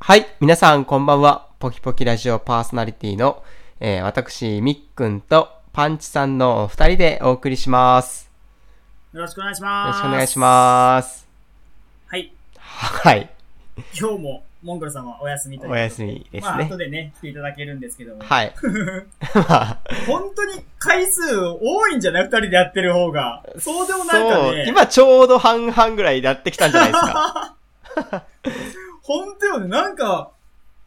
はい、皆さんこんばんは。ポキポキラジオパーソナリティの、えー私、みっくんとパンチさんのお二人でお送りします。よろしくお願いしよまろす。しくお願いします。はい。はい、今日も、モンゴルさんはお休みというお休みみですまあ、ね後。でね、来ていただけるんですけども。はい。 まあ、 本当に回数多いんじゃない二人でやってる方が。そうでもないかそうね。今ちょうど半々ぐらいやってきたんじゃないです か。本当よね。なんか、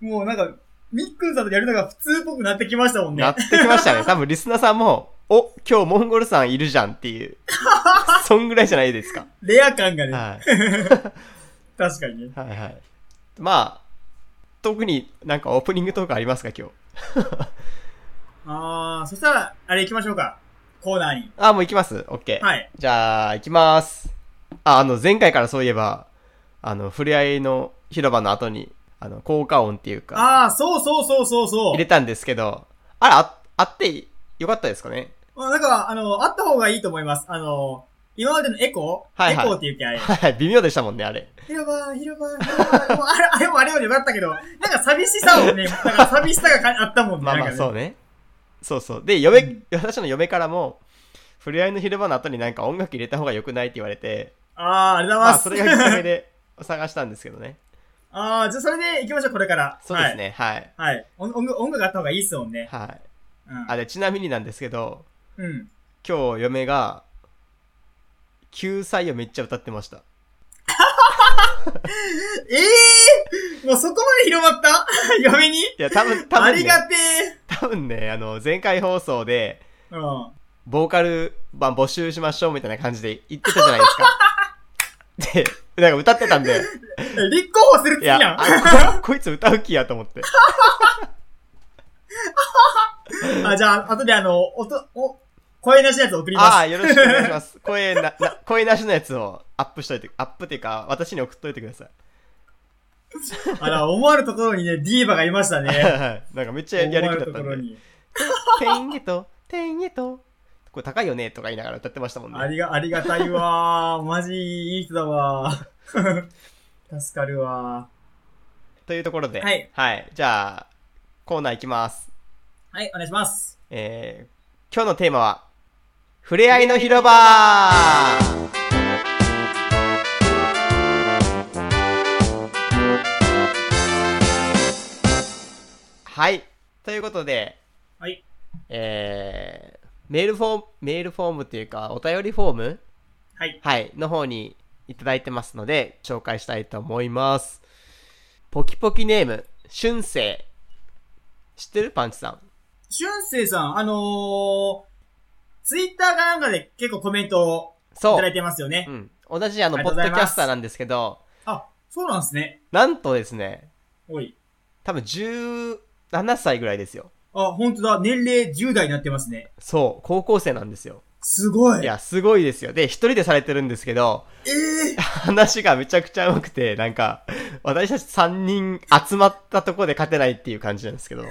もうなんか、みっくんさんとやるのが普通っぽくなってきましたもんね。なってきましたね。多分リスナーさんも、お、今日モンゴルさんいるじゃんって いう。そんぐらいじゃないですか。レア感がね、はい。確かにね。はいはい。まあ、特になんかオープニングトークありますか、今日。あー、そしたら、あれ行きましょうか。コーナーに。あ、もう行きます ?OK。はい。じゃあ、行きます。あ、あの、前回からそういえば、あの、ふれあいの広場の後に、あの、効果音っていうか、あー、そうそうそうそうそう入れ。たんですけど、あら、ああってよかったですかね まあ、なんか、あの、あった方がいいと思います。あの、今までのエコー、はいはいエコーって言うけあれ。はいはい、微妙でしたもんね、あれ。広場、広場、広場。もうあれ、あれもあれもよかったけど、なんか寂し さをね、なんか寂しさがかあったもんね。まあまなあ、んそかうね。ね。そうそう。で、嫁、私の嫁からも、ふれあいの広場の後になんか音楽入れた方が良くないって言われて、あー、ありがとうございままあ、す。それがきっかけで探したんですけどね。 ああ、じゃあそれで行きましょう、これから。そうですね、はいはい。はい。音音楽音楽あった方がいいっすもんね。はい。うんあ、。で、ちなみになんですけど、うん。今日嫁が、救済をめっちゃ歌ってました。ええー、もうそこまで広まった 嫁に、いや、多分、多あ分、りね、がて多分ね、あの、前回放送で、え。うん。ボーカル版募集しましょうみたいな感じで言ってたじゃない ですか。で、なんか歌ってたんで、え立候補するい気やん。や、あここいつ歌う気やと思って。あ、じゃあ、後であの、音、お、声なしのやつ送ります。ああ、よろしくお願いします。声な、な声なしのやつをアップしといて、アップっていうか、私に送っといてください。あら、思わぬところにね、ディーバがいましたはね。いはいなんか めっちゃや思やるわ気ぬだったとこんろで。に。てんげと、てんげと。これ高いよねとか言いながら歌ってましたもんね。ありが、ありがた いわー。マジ、いい人だわ ー。助かるわというところで、はい。じゃあ、コーナーいきます。ー。はい、お願いします。えー、今日のテーマは、ふれあいの広場ははい。ということで、はい。えー、メールフォーム、メールフォームっていうか、お便りフォームはい。はい、の方にいただいてますので、紹介したいと思います。ポキポキネーム、春生。知ってるパンチさん。俊生さん、あのー、ツイッターかなんかで結構コメントをいそ。ただいうてますよねう。ん。同じ、あの、ありポがッドとうござキいますャスターなんですけど、あ、そうなんですね。なんとですね、おい。多分17歳ぐらいですよ。あ、本当だ。年齢10代になってますね。そう、高校生なんですよ。すごい。いや、すごいですよ。で、一人でされてるんですけど、ええ話がめちゃくちゃ上手くて、なんか、私たち3人集まったとこで勝てないっていう感じなんですけど、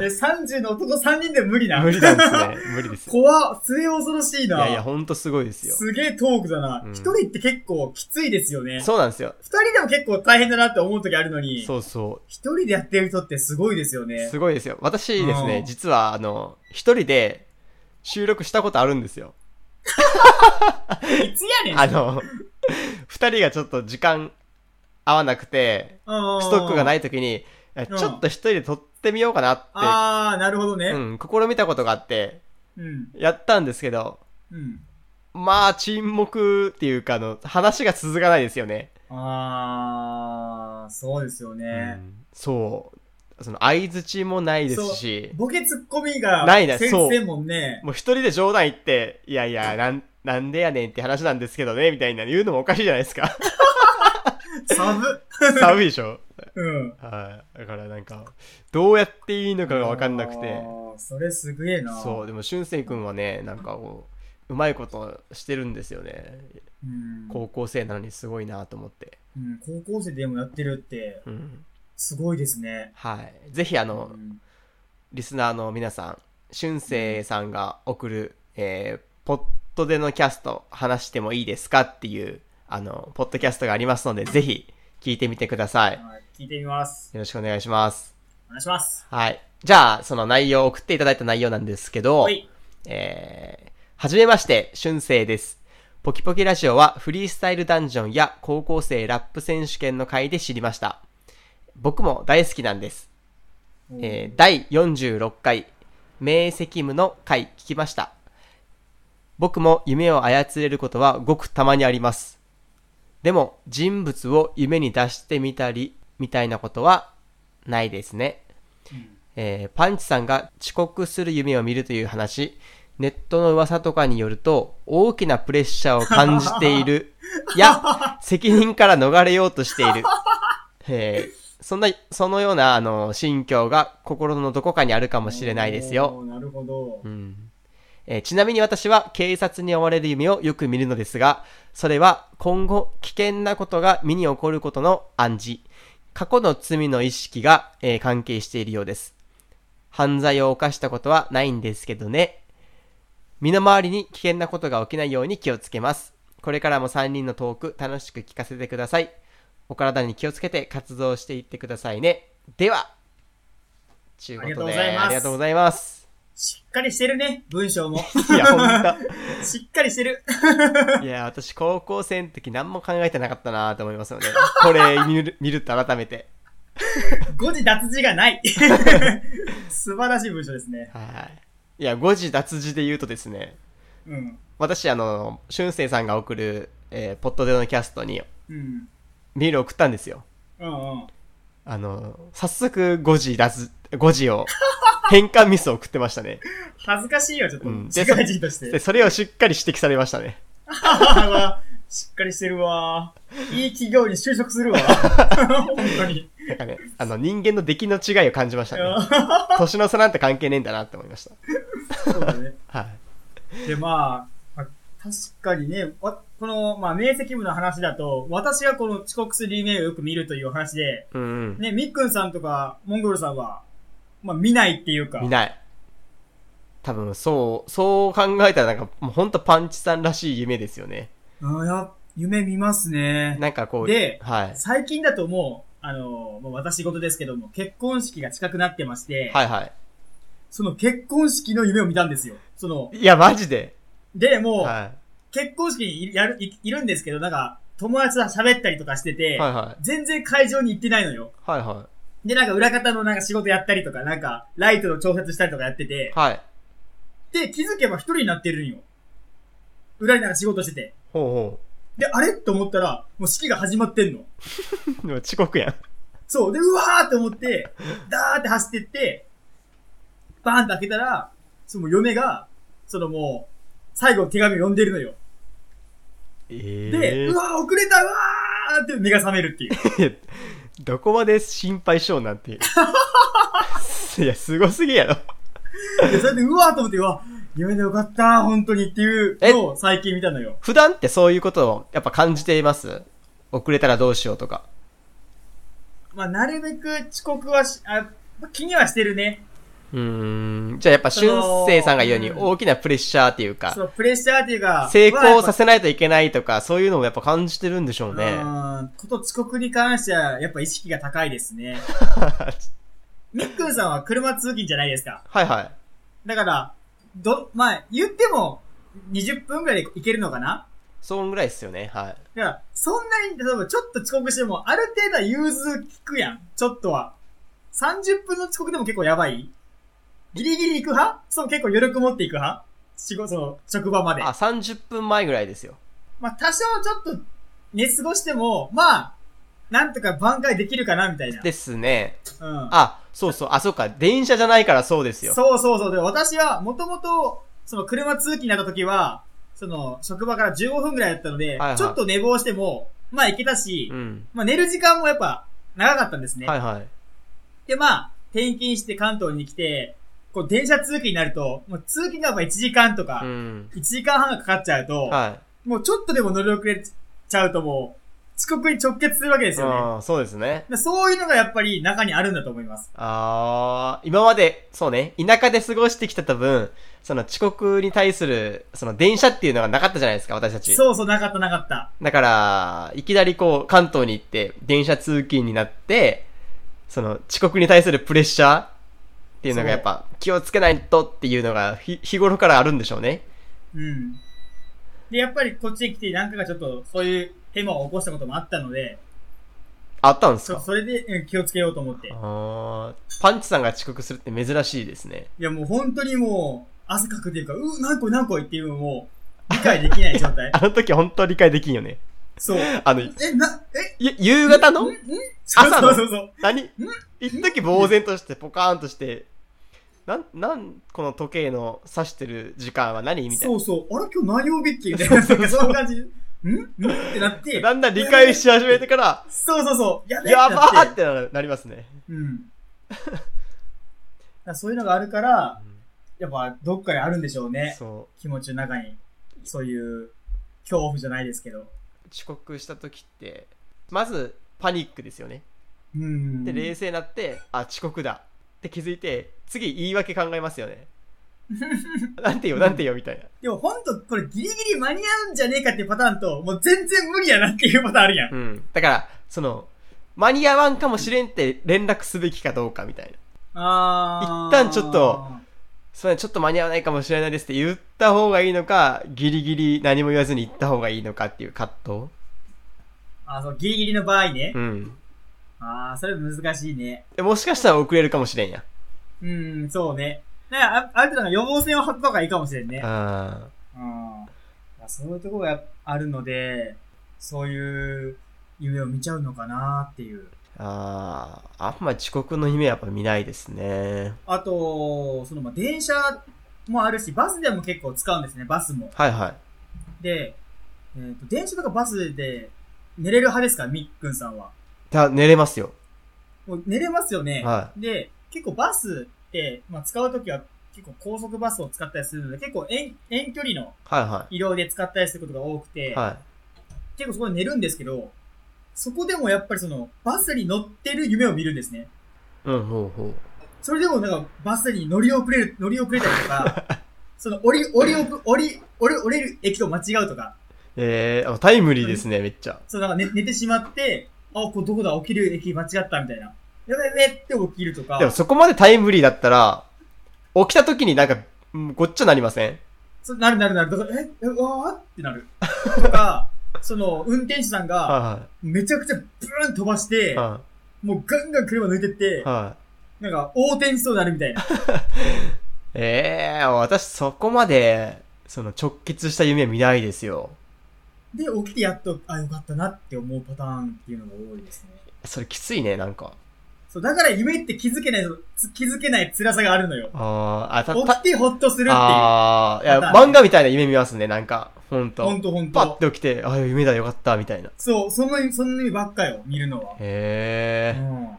え30の男3人で無理な。無理なんですね。無理です。い 怖っ。末恐ろしいな。やいや、ほんとすごいですよ。すげえトークだなう。ん一、人って結構きついですよね。そうなんですよ。二人でも結構大変だなって思う時あるのに、そうそ一人でやってる人ってすごいですよう。ね。すごいですよ。私ですうねん、実は、あの、一人で収録したことあるんですよ。いつやねん。あの、二人がちょっと時間合わなくて、の。ストックがないい時に、えうんちょっと一人で撮ってみようかなっあー、なるほどね。て、う。うんん、試みたことがあって、うん。やったんですけど、まあ、沈黙っていうか、あの、話が続かないですよね。あー、そうですよねう。んそう。その、相づちもないですし、ボケツッコミが、ないない先そう生もんね。もう一人で冗談言って、いやいや、なん、なんでやねんって話なんですけどね、みたいな言うのもおかしいじゃないですか。 サブ。寒いでしょ うん。はい。だからなんか、どうやっていいのかがわかんなくあて。ー。それすげえな。そう、でも、俊く君はね、なんかこう、うまいことしてるんですよね。うん。高校生なのにすごいなと思って。うん高校生でもやってるって、うん。すごいですね。はい。ぜひ、あの、うんリスナーの皆さん、俊生さんが送る、えー、ポッドでのキャスト話してもいいですかっていう、あの、ポッドキャストがありますので、ぜひ聞いてみてください。はい聞いてみます。よろしくお願いします。お願いします。はい。じゃあ、その内容、送っていただいた内容なんですけどは、い。えー、はじめまして、春生です。ポキポキラジオはフリースタイルダンジョンや高校生ラップ選手権の回で知りました。僕も大好きなんです。えー第46回、明晰夢の回聞きました。僕も夢を操れることはごくたまにあります。でも、人物を夢に出してみたり、みたいなことはないですね。うんえーパンチさんが遅刻する夢を見るという話、ネットの噂とかによると、大きなプレッシャーを感じてい る、いや、責任から逃れようとしている。えーそんな、そのような、あの、心境が心のどこかにあるかもしれないですよ。おー。なるほどう。んえーちなみに私は警察に追われる夢をよく見るのですが、それは今後危険なことが身に起こることの暗示、過去の罪の意識が、えー関係しているようです。犯罪を犯したことはないんですけどね。身の回りに危険なことが起きないように気をつけます。これからも3人のトーク楽しく聞かせてください。お体に気をつけて活動していってくださいね。では、ちゅうことで、あありりががととううごございます。しっかりしてるね、文章も。いや、ほんと。 しっかりしてる。いや、私、高校生の時何も考えてなかったなと思いますよね。これ見る、見ると改めて。誤字脱字がない。 素晴らしい文章ですね。はい。いや、誤字脱字で言うとですね、うん。私、あの、俊生さんが送る、えーポッドでのキャストにうん。メールを送ったんですよ。うんうん。あの、早速、誤字脱、誤字を、変換ミスを送ってましたね。恥ずかしいよ、ちょっと。うん社会人としてで、。それをしっかり指摘されましたね。 しっかりしてるわ。いい企業に就職す るわ。本当に。なんかね、あの、人間の出来の違いを感じましたね。年の差なんて関係ねえんだなって思いましそうだね。た。はい。で、まあ、まあ確かにね、わこの、まあ、明晰夢の話だと、私はこの遅刻する夢をよく見るという話で、うんうん。ね、みっくんさんとか、モンゴルさんは、まあ、見ないっていうか、見ない。多分、そう、そう考えたらなんか、もうほんとパンチさんらしい夢ですよね。うんや夢見ますね。なんかこう、ではい。最近だともう、あの、もう私事ですけども、結婚式が近くなってまして、はいはその結婚式の夢を見たんですよ。その、い。いや、マジで。で、もう、は結婚式にいやるい、いるんですけど、なんか、友達と喋ったりとかしてい。て、はいはい。全然会場に行ってないのよ。はいはで、なんか裏方のなんか仕事やったりとか、なんか、ライトの調節したりとかやってい。て、はい。で、気づけば一人になってるんよ。裏になんか仕事してて。ほうほで、あれと思ったら、もう式が始まってんの。う。でも遅刻やん。そう。で、うわーって思って、ダーって走ってって、バーンって開けたら、その嫁が、そのもう、最後の手紙を読んでるのよ。で、えうわー遅れたうわーって目が覚めるっていう。えどこまで心配性なんていう。 いや、すごすぎやろ。で、それでうわーと思って、うわ、夢でよかったー、本当にっていうのを最近見たのよ。普段ってそういうことをやっぱ感じています遅れたらどうしようとか。まあ、なるべく遅刻はし、あ、まあ気にはしてるね。うーん。じゃあやっぱ、俊生さんが言うように大きなプレッシャーっていうかそ、のプレッシャーっていうか、成功させせないといけないとか、そういうのもやっぱ感じてるんでしょうる ね。ね。こと遅刻に関しては、やっぱ意識が高いですね。みっくんさんは車通勤じゃないですか。はいはい。だから、ど、まあ、言っても、20分ぐらいで行けるのかなそんぐらいですよね。はい。だから、そんなに、例えばちょっと遅刻しても、ある程度は融通聞くやん。ちょっとは。30分の遅刻でも結構やばいギリギリ行く派そう、結構余力持っていく派仕事、その、職場まであ、。30分前ぐらいですよ。まあ、多少ちょっと寝過ごしても、まあ、なんとか挽回できるかな、みたいな。ですね。うん。あ、そうそう。あ、そうか。電車じゃないからそうですよ。そうそうそう。で、私は、もともと、その、車通勤になった時は、その、職場から15分ぐらいだったので、はいはいちょっと寝坊しても、まあ、行けたし、うん。まあ、寝る時間もやっぱ、長かったんですね。はいはい。で、まあ、転勤して関東に来て、こう、電車通勤になると、もう通勤がやっぱ1時間とか、うん。 1時間半がかかっちゃうと、はもうちょっとでも乗り遅れちゃうともう、遅刻に直結するわけですよね。うん、そうですね。でそういうのがやっぱり中にあるんだと思います。あー、今まで、そうね、田舎で過ごしてきた多分、その遅刻に対する、その電車っていうのがなかったじゃないですか、私たち。そうそう、なかったなかった。だから、いきなりこう、関東に行って、電車通勤になって、その、遅刻に対するプレッシャーっていうのがやっぱ、気をつけないとっていうのが、ひ日頃からあるんでしょうね。うん。で、やっぱりこっちに来て何回かちょっとそういうヘマを起こしたこともあったので、あったんですちょかそれでうん気をつけようと思って。いあーパンチさんが遅刻するって珍しいですね。や、もう本当にもう、汗かくというか、うー、何個何個っていうのも、理解できない状態 あ。の時本当理解できんよね。そう。あの、え、な、えゆ夕方のんんそう朝のそうそうそう。何一時呆然としてポカーンとして、なん、なん、この時計の指してる時間は何みたいそうそう。あれ今日何曜日っけみたいな。そんな感じ。んんってなってな。。だんだん理解し始めてから、そうそうそう。やべえやばってなーっ。っててななりますね。うん。だからそういうのがあるから、やっぱどっかにあるんでしょうね。そ気持ちの中に。そういう恐怖じゃないですけど。う。遅刻した時って、まずパニックですよね。うん。で、冷静になって、あ、遅刻だって気づいて、次言い訳考えますよ ね。なんてよ、なんてよ、みたいな。でもほんと、これギリギリ間に合うんじゃねえかっていうパターンと、もう全然無理やなっていうパターンあるやん。うん。だから、その、間に合わんかもしれんって連絡すべきかどうかみたいな。あー一旦ちょっと。それちょっと間に合わないかもしれないですって言った方がいいのか、ギリギリ何も言わずに言った方がいいのかっていう葛藤。あー、そう、ギリギリの場合ね。うん。ああ、それ難しいね。でもしかしたら遅れるかもしれんや。うん、そうね。だからあ、ある程度の予防線を張った方がいいかもしれんね。あうん。そういうところがあるので、そういう夢を見ちゃうのかなっていう。あ。ああ。あんま遅刻の夢はやっぱ見ないですね。あと、その、まあ、電車もあるし、バスでも結構使うんですね、バスも。はいはい。で、えっ、と、電車とかバスで寝れる派ですか、みっくんさんは。だ寝れますよ。もう寝れますよね。はで、結構バスって、まあ、使うときは結構高速バスを使ったりするので、結構遠遠距離のはいは移動で使ったりすることが多くて、い。は結構そこで寝るんですけど、そこでもやっぱりその、バスに乗ってる夢を見るんですね。い。うん、ほうほう。それでもなんか、バスに乗り遅れる、乗り遅れたりとか、 その、降り、降り、降り、降り、降りる駅と間違うとか、えー、あタイムリーですね、めっちゃ。そうなんか寝寝てしまって、あ、これどこだ、起きる駅間違ったみたいな。やべやべって起きるとかで、もそこまでタイムリーだったら、起きた時になんか、うんごっちゃなりませんそうなるなるなる。だから、え、え、うわーって なる。とか、その、運転手さんが、はめちゃくちゃブーン飛ばしいて、はもうガンガン車抜いてっい。て、はい。なんか、横転しそうになるみたいな。ええ私そこまで、その直結した夢見ないですよ。で、起きてやっと、あ、よかったなって思うパターンっていうのが多いですね。それきついね、なんか。そう、だから夢って気づけない、つ気づけない辛さがあるのよ。あーあ、た、起た、きてほっとするっていう。ああ、いや、パターン漫画みたいな夢見ますね、なんか。ほんほとん。とほんパッと。て起きて、ああ、夢だ、よかった、みたいな。そう、その、その夢ばっかよ、見るのは。うへえ、ん。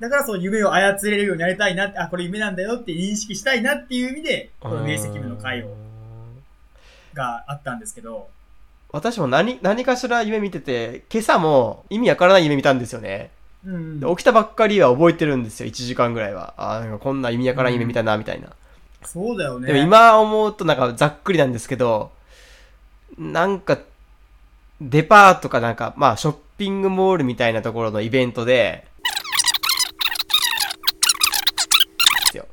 だからその夢を操れるようになりたいなって、あ、これ夢なんだよって認識したいなっていう意味で、この明晰夢の会を、があったんですけど、私も何、何かしら夢見てて、今朝も意味わからない夢見たんですよね。うんで。起きたばっかりは覚えてるんですよ、1時間ぐらいは。ああ、なんかこんな意味わからん夢見たな、みたいな。そうだよね。でも今思うとなんかざっくりなんですけど、なんか、デパートかなんか、まあショッピングモールみたいなところのイベントで、ですよ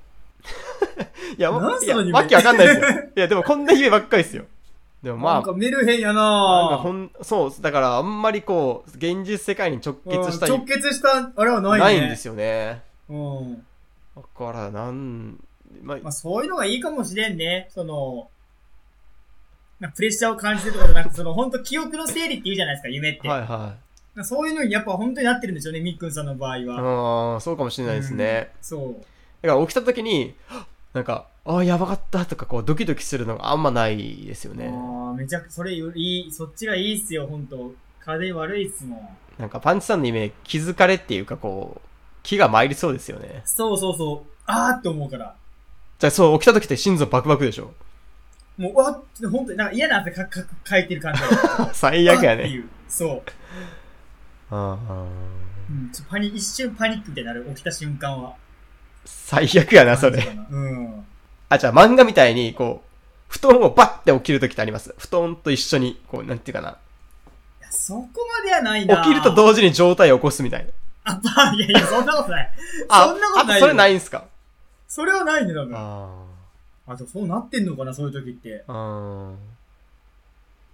いや、もなうんいそやの夢わけわかんないですよ。いや、でもこんな夢ばっかりですよ。でもまなあ、んなかんメルヘンやかなほん、そう、だからあんまりこう、現実世界に直結したうん夢直結した、あれはないね。ないんですよね。うん。だから、なん、ままあ、あ、そういうのがいいかもしれんね。その、なんかプレッシャーを感じるとかじゃなくて、その、本当記憶の整理って言うじゃないですか、夢って。はいはい。なんかそういうのにやっぱ本当になってるんでしょうね、みっくんさんの場合は。ああ、そうかもしれないですね。うん。そう。だから起きた時に、はっなんか、ああ、やばかったとか、こう、ドキドキするのがあんまないですよね。ああ、めちゃくそれより、そっちがいいっすよ、本当風悪いっすもん。なんか、パンチさんの夢、気づかれっていうか、こう、気が参りそうですよね。そうそうそう。あーって思うから。じゃあ、そう、起きた時って心臓バクバクでしょ も う、わっ、本当になんか嫌な汗か、か、かいてる感じが。最悪やあーってね。いう。そう。うんうん、ちょパニ一瞬パニックみたいになる。起きた瞬間は。最悪やな、それ。感じかな。うん。あ、じゃあ漫画みたいに、こう、布団をバッて起きるときってあります。布団と一緒に、こう、なんていうかな。いや、そこまではないな。起きるとう同時に状態を起こすみたいな。あ、ばいやいや、そんなことない。あ、そんなことないあよそれないんすかそれはないね、多分。ああと、そうなってんのかな、そういう時って。あ。うん。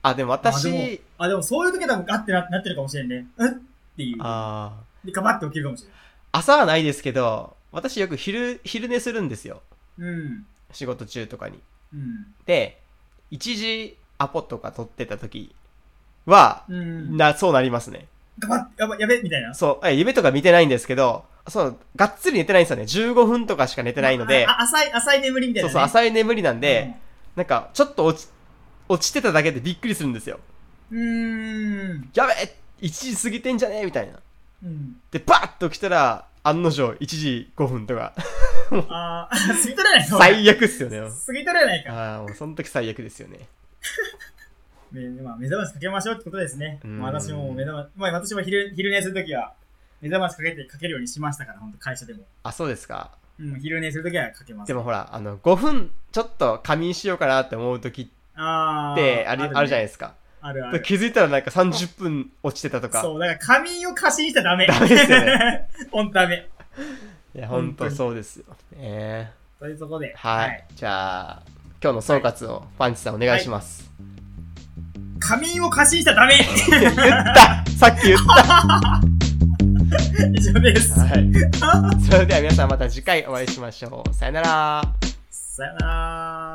あ、でもあで私、あ、でもそういう時は多分ガッてななってるかもしれんね。うんっていう。ああ。で、ガバッて起きるかもし朝はないですけど、私よく昼、昼寝するんですよ。れん。うん。仕事中とかに。うん。で、一時アポとか取ってた時は、うん。な、そうなりますね。ガバッて、やば、やべ、みたいな。そう、え夢とか見てないんですけど、そう、がっつり寝てないんですよね。15分とかしか寝てないのであ、、あ浅い、浅い眠りみたいそうな、ね。そう、い浅い眠りなんで、。なんか、ちょっと落ち、落ちてただけでびっくりするんですよ。うーん。やべえ !1 時過ぎてんじゃねえみたいな。うん。で、バーッと起きたら、案の定1時5分とか、あー、 過ぎ取れないか。最悪っすよね。過ぎ取れないか。ああ、もうその時最悪ですよね。めまあ、目覚ましかけましょうってことですね。うんまあ、私も目覚まし、まあ、私も昼昼寝するときは、目覚ましかけてかけるようにしましたから、本当会社でも。あ、そうですか。うん、昼寝するときはかけます。でもほら、あの、5分、ちょっと仮眠しようかなって思う時っあーてありあ,、るじゃないでいすか。あるあでる。気づいたらなんか30分落ちてたとか。そう、だから仮眠を過信しちゃダメ。ダメですよ ね。ほんとダメ。いや、ほん本当とにそうですよ。ねというとこで、はい、じゃあ、今日の総括をパンチさんお願いします。仮眠を過信しちゃダメ言ったさっき言った以上です。はい。それでは皆さんまた次回お会いしましょう。さよなら。さよなら